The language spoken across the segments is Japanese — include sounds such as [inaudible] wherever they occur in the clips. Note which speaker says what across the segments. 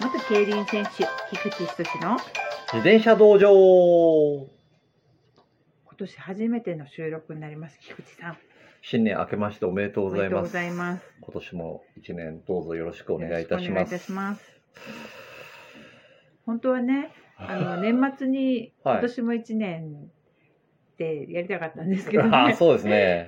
Speaker 1: 元競輪選手菊池仁の
Speaker 2: 自転車道場
Speaker 1: 今年初めての収録になります菊池さん
Speaker 2: 新年明けましておめでとう
Speaker 1: お
Speaker 2: ご
Speaker 1: めで
Speaker 2: ざい
Speaker 1: とう
Speaker 2: ま
Speaker 1: ご
Speaker 2: す
Speaker 1: ざいます
Speaker 2: 今年も一年どうぞよろしくお願いいた
Speaker 1: よろ
Speaker 2: します
Speaker 1: くお願いいたします本当はねあ
Speaker 2: [laughs]
Speaker 1: の年末に
Speaker 2: はい
Speaker 1: 今年も一年でやりたかったんですけどね、
Speaker 2: あ [laughs] ーそうで
Speaker 1: [laughs]
Speaker 2: すね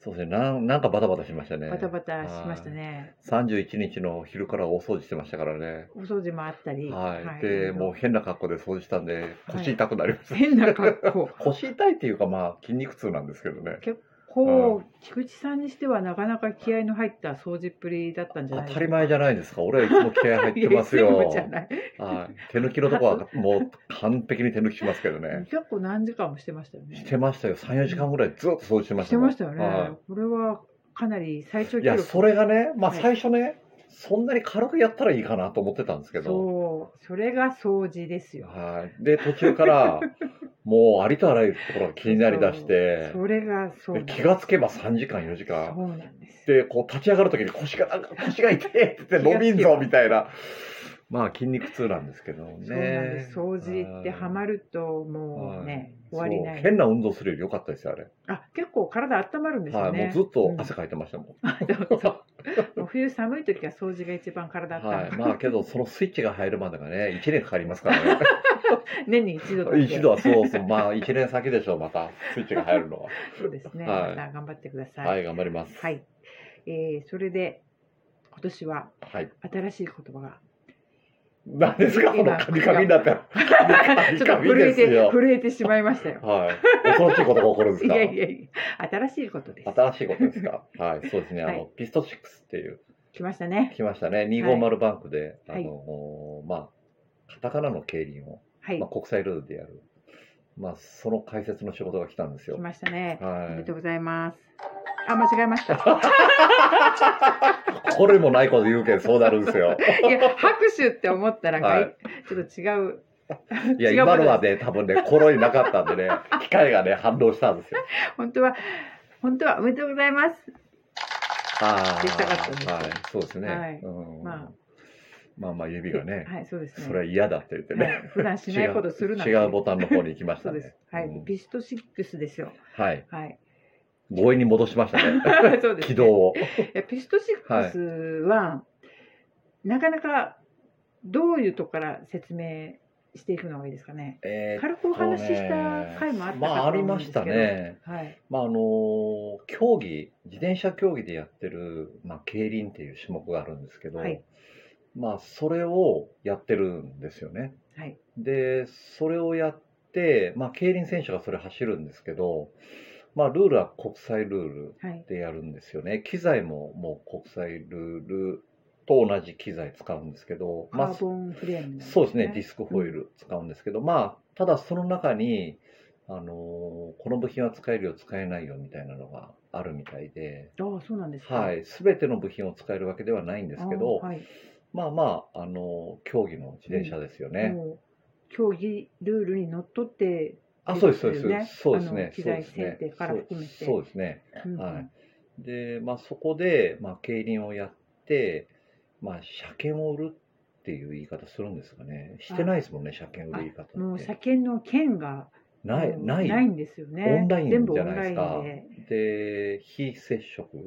Speaker 2: そうですねなんなんかバタバタしましたね
Speaker 1: バタバタしましたね
Speaker 2: 31日の昼から大掃除してましたからね
Speaker 1: お掃除もあったり
Speaker 2: はい、でもう変な格好で掃除したんで腰痛くなりました、
Speaker 1: 変な格
Speaker 2: [laughs]
Speaker 1: 好
Speaker 2: 腰痛いっていうかまあ筋肉痛なんですけどね
Speaker 1: 結構、菊池さんにしてはなかなか気合いの入った掃除っぷりだったんじゃ
Speaker 2: 当
Speaker 1: ないです
Speaker 2: た
Speaker 1: か
Speaker 2: り前じゃないですか俺はいつも気合入ってま
Speaker 1: [laughs]
Speaker 2: す
Speaker 1: いやいつ
Speaker 2: よ
Speaker 1: もじゃない
Speaker 2: はい、手抜きのとこはもう完璧に手抜きしますけどね
Speaker 1: 結構何時間もしてましたよね。
Speaker 2: してましたよ34時間ぐらいずっと掃除してまし
Speaker 1: したて
Speaker 2: もん
Speaker 1: ましたよね。
Speaker 2: は
Speaker 1: これはかなり最長
Speaker 2: い、い
Speaker 1: 記
Speaker 2: や
Speaker 1: 録。
Speaker 2: それがねまあ
Speaker 1: はい
Speaker 2: 最初ね、そんなに軽くやったらいいかなと思ってたんですけど
Speaker 1: そう、それが掃除ですよ。
Speaker 2: はいで途中から
Speaker 1: [laughs]
Speaker 2: もうありとあらゆるところが気になりだして
Speaker 1: そうそれがそうな
Speaker 2: で
Speaker 1: んです。
Speaker 2: 気がつけば3時間4時間
Speaker 1: そうなんですよ。
Speaker 2: でこう立ち上がる時に腰がなんか腰が痛いって言って伸びんぞみたいなまあ筋肉痛なんですけどね
Speaker 1: そうなんです。掃除ってハマるともうね、終わりな
Speaker 2: そう
Speaker 1: い。
Speaker 2: 変な運動するより良かったですよあれ
Speaker 1: あ、結構体温まるんです
Speaker 2: は
Speaker 1: よ
Speaker 2: い、
Speaker 1: ね。
Speaker 2: もうずっと汗かいてましたもん、
Speaker 1: うんそうもう冬寒い時は掃除が一番体温ま
Speaker 2: はい、
Speaker 1: る。
Speaker 2: まあけどそのスイッチが入るまでが [laughs] ね1年かかりますからね
Speaker 1: 年に一度だけ
Speaker 2: [laughs] 一度はそうそうまあ1年先でしょうまたスイッチが入るのは
Speaker 1: そうですね。
Speaker 2: はい
Speaker 1: また頑張ってください。。
Speaker 2: はいい頑張ります
Speaker 1: はい。えーそれで今年は
Speaker 2: はい
Speaker 1: 新しい言葉が。
Speaker 2: 何ですかこの
Speaker 1: 今
Speaker 2: カミカミにな [laughs] ったら
Speaker 1: ちょっと震え
Speaker 2: です
Speaker 1: て、
Speaker 2: よ
Speaker 1: 震えてしまいましたよ。
Speaker 2: はい恐ろしいことが起こるんです
Speaker 1: い
Speaker 2: か
Speaker 1: やいやいや、新しいことです。
Speaker 2: 新しいことですかはいそうですねあの、
Speaker 1: はい
Speaker 2: ピスト6っていう
Speaker 1: 来ましたね。
Speaker 2: 来ましたね250バンクで、
Speaker 1: はい
Speaker 2: あのまあカタカナの競輪を、
Speaker 1: はい
Speaker 2: まあ、、国際ルールでやるまあその解説の仕事が来たんですよ
Speaker 1: 来ましたね。おめ
Speaker 2: は
Speaker 1: でとうございます。あ、間違えま
Speaker 2: [laughs]
Speaker 1: した。
Speaker 2: い。これもないこと言うけど、そうなるんですよ。
Speaker 1: いや、拍手って思ったら、
Speaker 2: はい
Speaker 1: ちょっと違う。
Speaker 2: いや、
Speaker 1: 違うこと
Speaker 2: 今のはね、多分ね、心になかったんでね、 [laughs] 機械がね、反応したんですよ。
Speaker 1: 本当は、本当はおめでとうございます。
Speaker 2: あ
Speaker 1: できたかったんですよ
Speaker 2: はい、そうですね。
Speaker 1: はい
Speaker 2: うん
Speaker 1: まあ
Speaker 2: まあまあ、指がね、
Speaker 1: はい、そうですね。
Speaker 2: それは嫌だって言って
Speaker 1: は
Speaker 2: ね。
Speaker 1: い、普段しないことするな
Speaker 2: 違う違うボタンの方に行きまし
Speaker 1: そ
Speaker 2: た
Speaker 1: うで
Speaker 2: ね。
Speaker 1: す。はい、
Speaker 2: うん
Speaker 1: ビストシックスですよ。
Speaker 2: はい。 [laughs]
Speaker 1: はい。
Speaker 2: 強引に戻しまし
Speaker 1: [laughs]
Speaker 2: たね。
Speaker 1: そうです、ね。
Speaker 2: 軌道を。
Speaker 1: いやピストシックスは、なかなかどういうとこから説明していくのがいいですかね。
Speaker 2: えーっとね
Speaker 1: 軽くお話しした回もあった
Speaker 2: まあ、
Speaker 1: か
Speaker 2: あ
Speaker 1: と
Speaker 2: り
Speaker 1: 思うん
Speaker 2: ま
Speaker 1: です
Speaker 2: し
Speaker 1: けど、
Speaker 2: たね。
Speaker 1: はい。
Speaker 2: まああの競技自転車競技でやってる、まあ、競輪っていう種目があるんですけど、
Speaker 1: はい
Speaker 2: まあ、それをやってるんですよね。
Speaker 1: はい。
Speaker 2: でそれをやって、まあ、競輪選手がそれ走るんですけど、まあ、ルールは国際ルール
Speaker 1: はい。
Speaker 2: でやるんですよね。機材ももう国際ルールと同じ機材使うんですけど、
Speaker 1: カ
Speaker 2: まあ、
Speaker 1: ーボンフレーム、
Speaker 2: そうですね、ディ
Speaker 1: ス
Speaker 2: スクホイール使うんですけど、まあ、ただその中に、あのーこの部品は使えるよ、使えないよみたいなのがあるみたいで、
Speaker 1: ああ、そうなんですか。
Speaker 2: は
Speaker 1: で
Speaker 2: い、すべての部品を使えるわけではないんですけど、
Speaker 1: はい。
Speaker 2: まあまあ、あのー競技の自転車ですよね。
Speaker 1: もう競技ルールにのっとって、
Speaker 2: あ、そうです、そうです、そうです
Speaker 1: あ
Speaker 2: ね
Speaker 1: の。機材
Speaker 2: そうですね
Speaker 1: 選定から含めて
Speaker 2: そうそうですね。
Speaker 1: うん
Speaker 2: はい。で、まあ、そこで、まあ、競輪をやって、まあ、車検を売るっていう言い方するんですかね。してないですもんね、車検売る言い方って。
Speaker 1: もう車検の件が
Speaker 2: ない、
Speaker 1: もう
Speaker 2: ない
Speaker 1: ないんですよね。
Speaker 2: オンライン
Speaker 1: 全部
Speaker 2: じ
Speaker 1: オ
Speaker 2: ゃ
Speaker 1: ン
Speaker 2: な
Speaker 1: ライ
Speaker 2: いです
Speaker 1: ン
Speaker 2: か
Speaker 1: で。
Speaker 2: で、非接触っ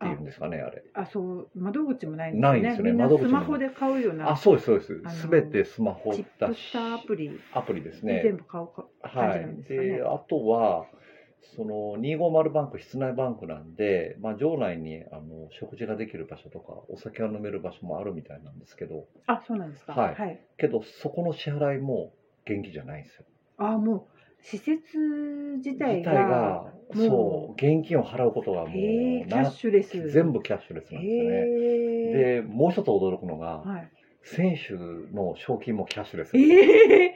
Speaker 2: ていうんですかね、あれ。
Speaker 1: あ、そう、窓口もないん
Speaker 2: ないんですよね
Speaker 1: みんな
Speaker 2: 窓口も
Speaker 1: スマホで買うような。
Speaker 2: あ、そうです、そうで
Speaker 1: あの
Speaker 2: す。すべてスマホ
Speaker 1: チッ
Speaker 2: だ
Speaker 1: プ
Speaker 2: し
Speaker 1: ス、ターアプリ
Speaker 2: アプリです
Speaker 1: で全
Speaker 2: ね。
Speaker 1: 部買うか、
Speaker 2: は
Speaker 1: 感じなん
Speaker 2: い。
Speaker 1: ですかね
Speaker 2: で、あとは、その250バンク、室内バンクなんで、まあ、場内にあの食事ができる場所とか、お酒が飲める場所もあるみたいなんですけど、
Speaker 1: あ、そうなんですか。
Speaker 2: はい
Speaker 1: はい。
Speaker 2: けど、そこの支払いも現金じゃないんですよ。
Speaker 1: あ、もう施設自体
Speaker 2: 自
Speaker 1: が
Speaker 2: 体が、そう
Speaker 1: も、
Speaker 2: 現金を払うことがも
Speaker 1: うへえ
Speaker 2: う
Speaker 1: キャッ
Speaker 2: な、
Speaker 1: シュレス。
Speaker 2: 全部キャッシュレスなんですよね。
Speaker 1: へえ。
Speaker 2: で、もう一つ驚くのが、
Speaker 1: はい。
Speaker 2: 選手の賞金もキャッシュレス。
Speaker 1: ええ。え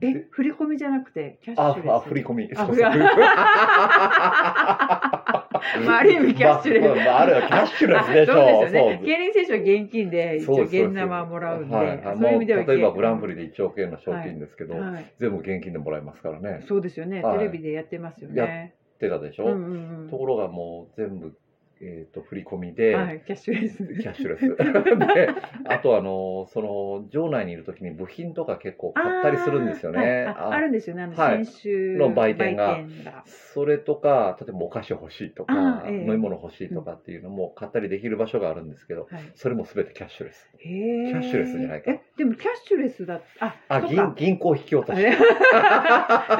Speaker 2: で、
Speaker 1: 振り込みじゃなくてキャッシ
Speaker 2: あ
Speaker 1: ュレス。
Speaker 2: あ、振り込み。
Speaker 1: あ
Speaker 2: そう
Speaker 1: 振り
Speaker 2: そう
Speaker 1: まあある意味キャッシュレス
Speaker 2: まあまあ、ある意味キャッシュレス
Speaker 1: あ
Speaker 2: でしょ
Speaker 1: そうですよね。
Speaker 2: そう
Speaker 1: 競輪選手は現金で一
Speaker 2: そう
Speaker 1: 応
Speaker 2: です
Speaker 1: 現生はもらうんで、
Speaker 2: はいはい
Speaker 1: そういう意
Speaker 2: も
Speaker 1: 味
Speaker 2: う
Speaker 1: では
Speaker 2: 例えばグランプリで1億円の賞金ですけど、
Speaker 1: はい。
Speaker 2: 全部現金でもらえますからね。
Speaker 1: そうですよね。
Speaker 2: はい
Speaker 1: テレビでやってますよ
Speaker 2: や
Speaker 1: ね。
Speaker 2: ってたでしょ、
Speaker 1: うんうんうん
Speaker 2: と。ころがもう全部、ええー、と振り込みで、
Speaker 1: はい、キャッシュレス。
Speaker 2: キャッシ
Speaker 1: [laughs]
Speaker 2: ュレスであとあのその場内にいる時に部品とか結構買ったりするんですよ
Speaker 1: はい
Speaker 2: ね。
Speaker 1: ああるんですよね、あの
Speaker 2: はい
Speaker 1: 先週
Speaker 2: の売店が
Speaker 1: 売店が
Speaker 2: それとか例えばお菓子欲しいとか
Speaker 1: あ、ーええ
Speaker 2: 飲み物欲しいとかっていうのも買ったりできる場所があるんですけど
Speaker 1: はい、
Speaker 2: それも全てキャッシュレス
Speaker 1: キャ
Speaker 2: キャッシュレスじゃないか
Speaker 1: えでもキャッシュレスだあ
Speaker 2: あ
Speaker 1: そう
Speaker 2: 銀
Speaker 1: か
Speaker 2: 銀行引き落と
Speaker 1: あ [laughs]
Speaker 2: し
Speaker 1: れ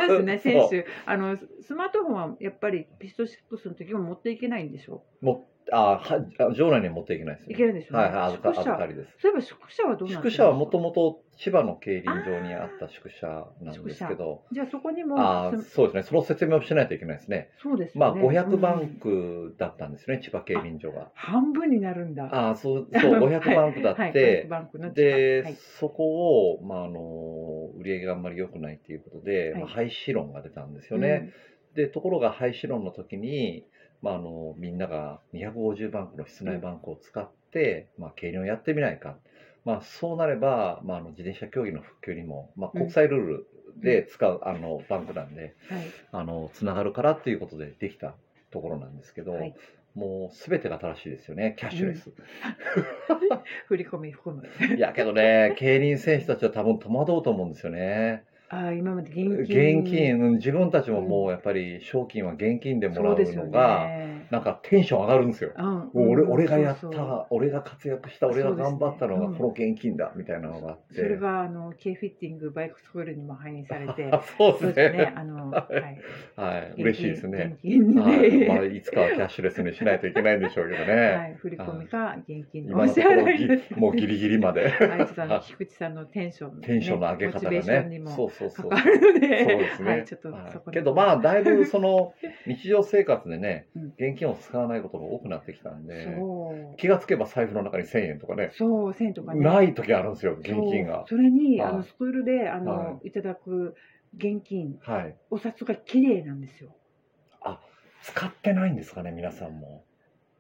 Speaker 1: そうですね
Speaker 2: [laughs] そう
Speaker 1: 先週あのスマートフォンはやっぱりピストシップスの時も持っていけないんでしょ
Speaker 2: もあはあ場内には持っていけないです
Speaker 1: い
Speaker 2: よ
Speaker 1: け
Speaker 2: ね、
Speaker 1: るんでしょうね、
Speaker 2: はいはい預
Speaker 1: 宿
Speaker 2: か預か
Speaker 1: 舎
Speaker 2: りです
Speaker 1: そういえば宿舎はどうなってる
Speaker 2: 宿舎はもともと千葉の競輪場にあった宿舎なんですけど
Speaker 1: じゃあそこにも
Speaker 2: あー
Speaker 1: そ
Speaker 2: そうですねその説明をしないといけないですね
Speaker 1: そうです
Speaker 2: ま
Speaker 1: よ
Speaker 2: あ
Speaker 1: ね、
Speaker 2: 500
Speaker 1: う
Speaker 2: 番
Speaker 1: ん
Speaker 2: 区だったんですね、千葉競輪場が。
Speaker 1: 半分になるんだ
Speaker 2: ああ、そう、
Speaker 1: [laughs]
Speaker 2: そう、500番区だっ
Speaker 1: はい
Speaker 2: て
Speaker 1: 500、番区の近く
Speaker 2: で、
Speaker 1: はい
Speaker 2: そこを、まあ、あの、売り上げがあんまり良くないっていうことで、
Speaker 1: はい
Speaker 2: まあ、廃止論が出たんですよね。で、ところが廃止論の時に、まあ、あの、みんなが250番区の室内バンクを使って、まあ、競輪をやってみないか。まあ、そうなれば、まあ、あの自転車競技の復旧にも、まあ、国際ルールで使う、あのバンクなんで、
Speaker 1: うんはい
Speaker 2: あのつながるからっていうことでできたところなんですけど、
Speaker 1: はい
Speaker 2: もう全てが正しいですよねキャッシュレス、
Speaker 1: 振り込み含む
Speaker 2: いやけど
Speaker 1: [laughs]
Speaker 2: ね競輪選手たちは多分戸惑うと思うんですよね
Speaker 1: あー今まで現金
Speaker 2: 現金うん自分たちももうやっぱり賞金は現金でもら
Speaker 1: そう
Speaker 2: う
Speaker 1: ですよ
Speaker 2: のが
Speaker 1: ね
Speaker 2: なんかテンション上がるんですよ、
Speaker 1: うん
Speaker 2: もう俺俺がやった
Speaker 1: そうそう
Speaker 2: 俺が活躍した俺が頑張ったの
Speaker 1: そう
Speaker 2: が
Speaker 1: ですね
Speaker 2: この現金だ、みたいなのがあって
Speaker 1: それがあの K フィッティングバイクスクールにも反映されて
Speaker 2: あ [laughs] そう
Speaker 1: そう
Speaker 2: です
Speaker 1: です
Speaker 2: ね
Speaker 1: ねあの、はい、
Speaker 2: はい嬉しいですね
Speaker 1: 現金で、
Speaker 2: はいまあ、いつかはキャッシュレスにしないといけないんでしょうけどね、
Speaker 1: はい、振り込みか現金の
Speaker 2: 今
Speaker 1: お
Speaker 2: のと
Speaker 1: 支
Speaker 2: ころ
Speaker 1: 払い
Speaker 2: ぎ
Speaker 1: です
Speaker 2: もうギリギリまで
Speaker 1: あいつさんの
Speaker 2: はい
Speaker 1: 菊池さんのテンション、ね、
Speaker 2: テンションの上げ方
Speaker 1: モチベーショ
Speaker 2: が
Speaker 1: ンに
Speaker 2: ね
Speaker 1: も
Speaker 2: そうそうそ
Speaker 1: 関
Speaker 2: う
Speaker 1: わるの
Speaker 2: そう
Speaker 1: で
Speaker 2: ですね、
Speaker 1: はい、ちょっと
Speaker 2: はい
Speaker 1: そこ
Speaker 2: けど
Speaker 1: あ
Speaker 2: まあだいぶその
Speaker 1: [laughs]
Speaker 2: 日常生活でね
Speaker 1: うん
Speaker 2: 現金を使わないことが多くなってきたんで
Speaker 1: そう
Speaker 2: 気がつけば財布の中に1000円とかね
Speaker 1: そう銭とかね
Speaker 2: ない時あるんですよ現金が
Speaker 1: そうそれに、
Speaker 2: はい
Speaker 1: あのスクールであの、、
Speaker 2: はい
Speaker 1: ただく現金
Speaker 2: はい
Speaker 1: お札が綺麗なんですよ
Speaker 2: 使ってないんですかね皆さんも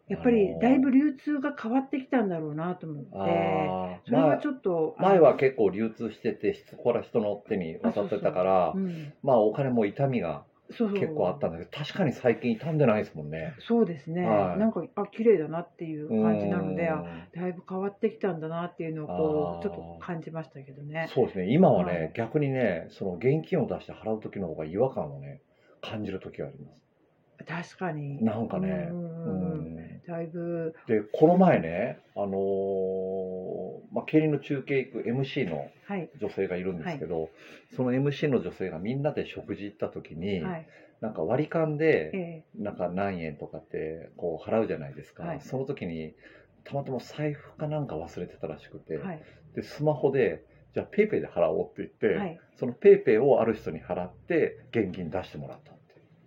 Speaker 1: やっぱり
Speaker 2: あのー
Speaker 1: だいぶ流通が変わってきたんだろうなと思って、
Speaker 2: あー
Speaker 1: それは
Speaker 2: 前
Speaker 1: ちょっと
Speaker 2: 前は結構流通してて人から人の手に渡ってたから
Speaker 1: 構、うん、
Speaker 2: まあお金も痛みが
Speaker 1: そうそう
Speaker 2: 結構あったんだけど確かに最近傷んでないですもんね
Speaker 1: そうですね、
Speaker 2: はい
Speaker 1: なんかあ綺麗だなっていう感じなので
Speaker 2: う
Speaker 1: あ
Speaker 2: ん
Speaker 1: だいぶ変わってきたんだなっていうのをこ
Speaker 2: あー
Speaker 1: うちょっと感じましたけどね。
Speaker 2: そうですね、今はね、
Speaker 1: はい
Speaker 2: 逆にね、その現金を出して払う時の方が違和感をね、感じる時があります。
Speaker 1: 確かに。
Speaker 2: なんかね
Speaker 1: うんう
Speaker 2: う
Speaker 1: んうん
Speaker 2: ん
Speaker 1: だいぶ
Speaker 2: で、この前ね、あのーまあ、競輪の中継行く MC の
Speaker 1: はい
Speaker 2: 女性がいるんですけど、その MC の女性がみんなで食事行った時に、
Speaker 1: はい。
Speaker 2: なんか割り勘で、
Speaker 1: え
Speaker 2: なんか何円とかってこう払うじゃないですか、
Speaker 1: はい
Speaker 2: その時に、たまたま財布かなんか忘れてたらしくて、
Speaker 1: えはい
Speaker 2: でスマホで、じゃあ、ペイペイで払おうって言って、
Speaker 1: はい。
Speaker 2: そのペイペイをある人に払って現金出してもらったって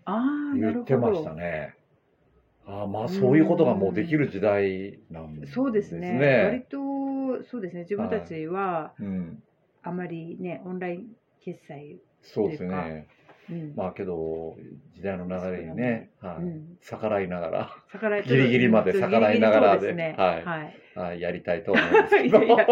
Speaker 1: ああな
Speaker 2: 言
Speaker 1: る
Speaker 2: ってま
Speaker 1: ほ
Speaker 2: した
Speaker 1: ど。
Speaker 2: ね。ああまあそういうことがもうできる時代なんですね。
Speaker 1: そうですね割とそうですね自分たちは
Speaker 2: うん、
Speaker 1: あまりねオンライン決済、
Speaker 2: そうですね。
Speaker 1: うん
Speaker 2: まあけど時代の流れにね、はい
Speaker 1: うん
Speaker 2: 逆らいながら、
Speaker 1: 逆らえて
Speaker 2: ギ
Speaker 1: る
Speaker 2: リギリまで
Speaker 1: うん
Speaker 2: 逆らいながらで
Speaker 1: ギリギリそうすね
Speaker 2: はい
Speaker 1: はい
Speaker 2: [laughs] はいやりたいと思うんですけ
Speaker 1: [laughs]
Speaker 2: ど
Speaker 1: いやいや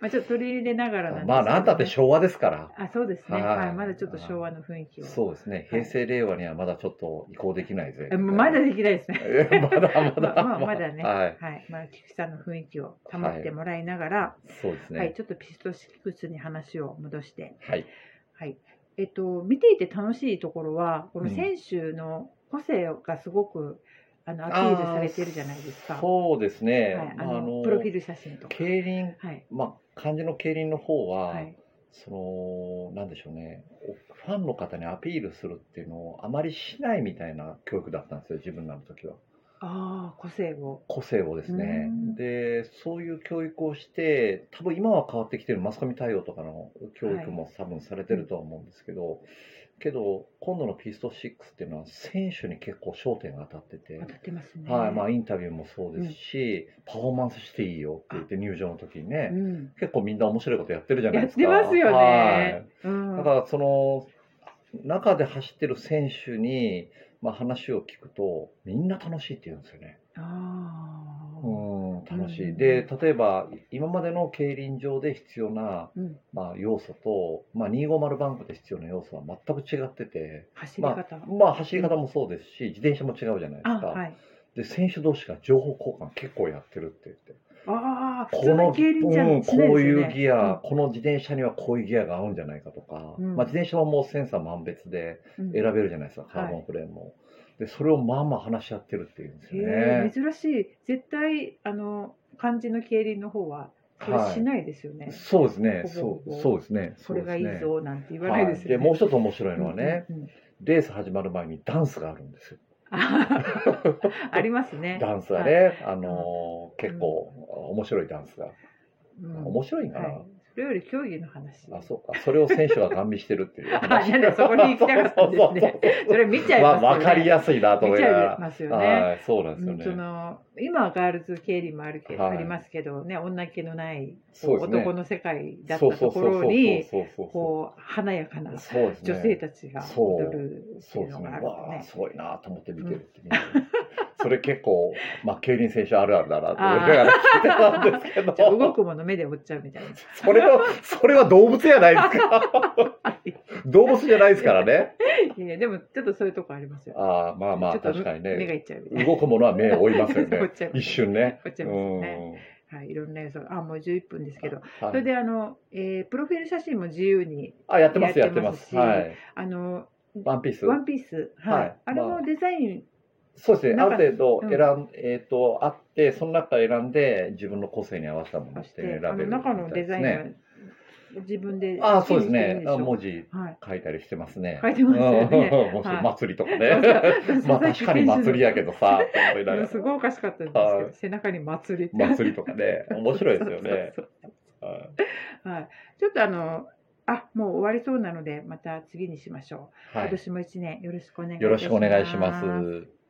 Speaker 1: まあちょっと取り入れながらなんですけどね
Speaker 2: [laughs] まあなんたって昭和ですから。
Speaker 1: あそうですね、
Speaker 2: はい
Speaker 1: はい、まだちょっと昭和の雰囲気を。
Speaker 2: そうですね。平成令和にはまだちょっと移行できないぜ。
Speaker 1: え
Speaker 2: [laughs]
Speaker 1: まだできないですね。
Speaker 2: えまだま
Speaker 1: ま
Speaker 2: だ
Speaker 1: あまあまだね、
Speaker 2: [laughs] は
Speaker 1: はいい、まあ菊池さんの雰囲気を保ってもらいながら、は
Speaker 2: そうです
Speaker 1: い、
Speaker 2: ね。
Speaker 1: ちょっとピストシックスに話を戻して、
Speaker 2: はい。
Speaker 1: はい、えっと見ていて楽しいところはこ
Speaker 2: う
Speaker 1: の
Speaker 2: ん
Speaker 1: 選手の個性がすごくあのアピールされてるじゃないですか。
Speaker 2: あーそうですね。
Speaker 1: はい、あ
Speaker 2: まああ
Speaker 1: の
Speaker 2: の
Speaker 1: プロフィール写真とか。
Speaker 2: 競輪、
Speaker 1: はい、
Speaker 2: まあ、漢字の競輪の方は、
Speaker 1: はい、
Speaker 2: その、なんでしょうね、ファンの方にアピールするっていうのをあまりしないみたいな教育だったんですよ、自分らの時は。
Speaker 1: ああ個性を。
Speaker 2: 個性をですね
Speaker 1: う。ん
Speaker 2: で、そういう教育をして、多分今は変わってきてるマスコミ対応とかの教育も多分されてるとは思うんですけど、けど、今度のピスト6っていうのは選手に結構焦点が当たってて。
Speaker 1: 当たってますね。
Speaker 2: はいまあ、インタビューもそうですし、パフォーマンスしていいよって言って入場の時にね、
Speaker 1: うん、
Speaker 2: 結構みんな面白いことやってるじゃない
Speaker 1: やっ
Speaker 2: ですか。
Speaker 1: てますよね。う
Speaker 2: はい
Speaker 1: ん
Speaker 2: だからその中で走ってる選手に、まあ、話を聞くとみんな楽しいって言うんですよね。
Speaker 1: あー
Speaker 2: うん楽し
Speaker 1: うんう
Speaker 2: い。
Speaker 1: ん
Speaker 2: で例えば今までの競輪場で必要な、
Speaker 1: うん、
Speaker 2: まあ、要素と、まあ、250バンクで必要な要素は全く違ってて、
Speaker 1: 走り方、
Speaker 2: まあ、走り方もそうですし自転車も違うじゃないです
Speaker 1: あ
Speaker 2: か。
Speaker 1: はい
Speaker 2: で選手同士が情報交換結構やってるって言って
Speaker 1: ああ、普
Speaker 2: こ
Speaker 1: 通
Speaker 2: の、
Speaker 1: の競輪じゃ
Speaker 2: うん、
Speaker 1: し
Speaker 2: こ
Speaker 1: ないですよね
Speaker 2: ういうギア、この自転車にはこういうギアが合うんじゃないかとか、
Speaker 1: うん
Speaker 2: まあ、自転車はもうセンサー満別で
Speaker 1: うん
Speaker 2: 選べるじゃないですか、カーボンフレームも、でそれをまあまあ話し合ってるっていうんですよ
Speaker 1: へえ
Speaker 2: ね。
Speaker 1: 珍しい。絶対、あの、漢字の競輪の方は、それしないですよね。
Speaker 2: そうです
Speaker 1: ほ
Speaker 2: ね、
Speaker 1: ぼ
Speaker 2: そ
Speaker 1: ほぼ
Speaker 2: うそうですね、
Speaker 1: これがいい
Speaker 2: そう
Speaker 1: ぞ、なんて言
Speaker 2: ですね
Speaker 1: わないですよね。
Speaker 2: はい、でもう一つ面白いのはね、
Speaker 1: うんうんうん
Speaker 2: レース始まる前にダンスがあるんですよ。
Speaker 1: あははありますね。
Speaker 2: ダンスがね、あのー結構面白いダンスが、
Speaker 1: うん
Speaker 2: 面白いんかな、
Speaker 1: はい。それより競技の話。
Speaker 2: あそうかそれを選手がガン見してるっていう
Speaker 1: [laughs] あなんだそこに行きたかったん
Speaker 2: [laughs]
Speaker 1: ですねそれ見ちゃいますよね。
Speaker 2: わわかりやすいなと
Speaker 1: 見
Speaker 2: 思い
Speaker 1: ち
Speaker 2: なが
Speaker 1: ゃい
Speaker 2: ら。
Speaker 1: ますよね。
Speaker 2: はい、そうなんですよ
Speaker 1: うん、そ
Speaker 2: ね。
Speaker 1: の今はガールズ経理もあるけ、
Speaker 2: は
Speaker 1: あ
Speaker 2: い
Speaker 1: りますけどね女気のない
Speaker 2: そうですね
Speaker 1: 男の世界だっ
Speaker 2: そう
Speaker 1: たと
Speaker 2: そうそ
Speaker 1: こ
Speaker 2: うそう
Speaker 1: ろに
Speaker 2: そうそうそ
Speaker 1: こう華やかな
Speaker 2: うそうですね。
Speaker 1: 女性たちが
Speaker 2: そう
Speaker 1: 踊るって
Speaker 2: そ
Speaker 1: いうう
Speaker 2: で
Speaker 1: の
Speaker 2: すね。
Speaker 1: がある
Speaker 2: わあ
Speaker 1: ね。
Speaker 2: すごいなと思って見てるっ
Speaker 1: [laughs]
Speaker 2: てみんなそれ結構まあ競輪選手あるあるだなと思いながら聞いてたんですけど。
Speaker 1: ちょっと [laughs] 動くもの目で追っちゃうみたいな。[laughs]
Speaker 2: それはそれは動物じゃないですか。動物じゃないですからね。
Speaker 1: [laughs] いやいやでもちょっとそういうとこありますよ。
Speaker 2: ああまあま
Speaker 1: ちょ
Speaker 2: あ
Speaker 1: っと
Speaker 2: 確かに
Speaker 1: 目が
Speaker 2: ね。
Speaker 1: いっちゃうみたいな。
Speaker 2: 動くものは目を追います
Speaker 1: [laughs]
Speaker 2: よ
Speaker 1: 追
Speaker 2: ね
Speaker 1: っ。ちゃいます
Speaker 2: 一瞬ね。
Speaker 1: 追っち
Speaker 2: う
Speaker 1: ゃいますね。はい、いろんな要素。あ、もう11分ですけど。
Speaker 2: ん。はい
Speaker 1: それであの、えープロフィール写真も自由に、
Speaker 2: あやってますやって
Speaker 1: やって
Speaker 2: ま
Speaker 1: ます
Speaker 2: す。
Speaker 1: し
Speaker 2: はい。
Speaker 1: あの、
Speaker 2: ワンピース。
Speaker 1: ワンピース、はい。
Speaker 2: はい
Speaker 1: あれもデザイン、
Speaker 2: そうですね、
Speaker 1: な
Speaker 2: あ
Speaker 1: んか
Speaker 2: る程度
Speaker 1: うん
Speaker 2: 選ん、えっ、と、あって、その中選んで、自分の個性に合わせたもの
Speaker 1: そ
Speaker 2: をし
Speaker 1: してて
Speaker 2: 選、べ
Speaker 1: あの
Speaker 2: るみた
Speaker 1: 中
Speaker 2: い
Speaker 1: の
Speaker 2: で
Speaker 1: デ
Speaker 2: す
Speaker 1: ザインは
Speaker 2: ね。
Speaker 1: 自分で
Speaker 2: あそうで
Speaker 1: 好きにしてる
Speaker 2: す
Speaker 1: ん
Speaker 2: ね
Speaker 1: でし
Speaker 2: あ。
Speaker 1: ょ
Speaker 2: 文字
Speaker 1: はい。
Speaker 2: 書いたりしてますね。
Speaker 1: 書いてますよね
Speaker 2: [laughs] うんもう
Speaker 1: はい
Speaker 2: 祭りとか
Speaker 1: そうそう
Speaker 2: ね。 [laughs] [laughs] ま
Speaker 1: [laughs]
Speaker 2: あ、
Speaker 1: 佐々木
Speaker 2: 確かに祭りやけ
Speaker 1: [laughs]
Speaker 2: どさ、と思
Speaker 1: 選手
Speaker 2: いなが
Speaker 1: の
Speaker 2: ら
Speaker 1: すごいおかしかったんですけど、
Speaker 2: はい
Speaker 1: 背中に祭りって。
Speaker 2: 祭りとかね、面白いですよね。
Speaker 1: そう
Speaker 2: はい
Speaker 1: そうはい。ちょっとあの、あ、もう終わりそうなので、また次にしましょう。
Speaker 2: は
Speaker 1: 今
Speaker 2: い、
Speaker 1: 年も一年よろしくお願いいた
Speaker 2: よろしくお願いします。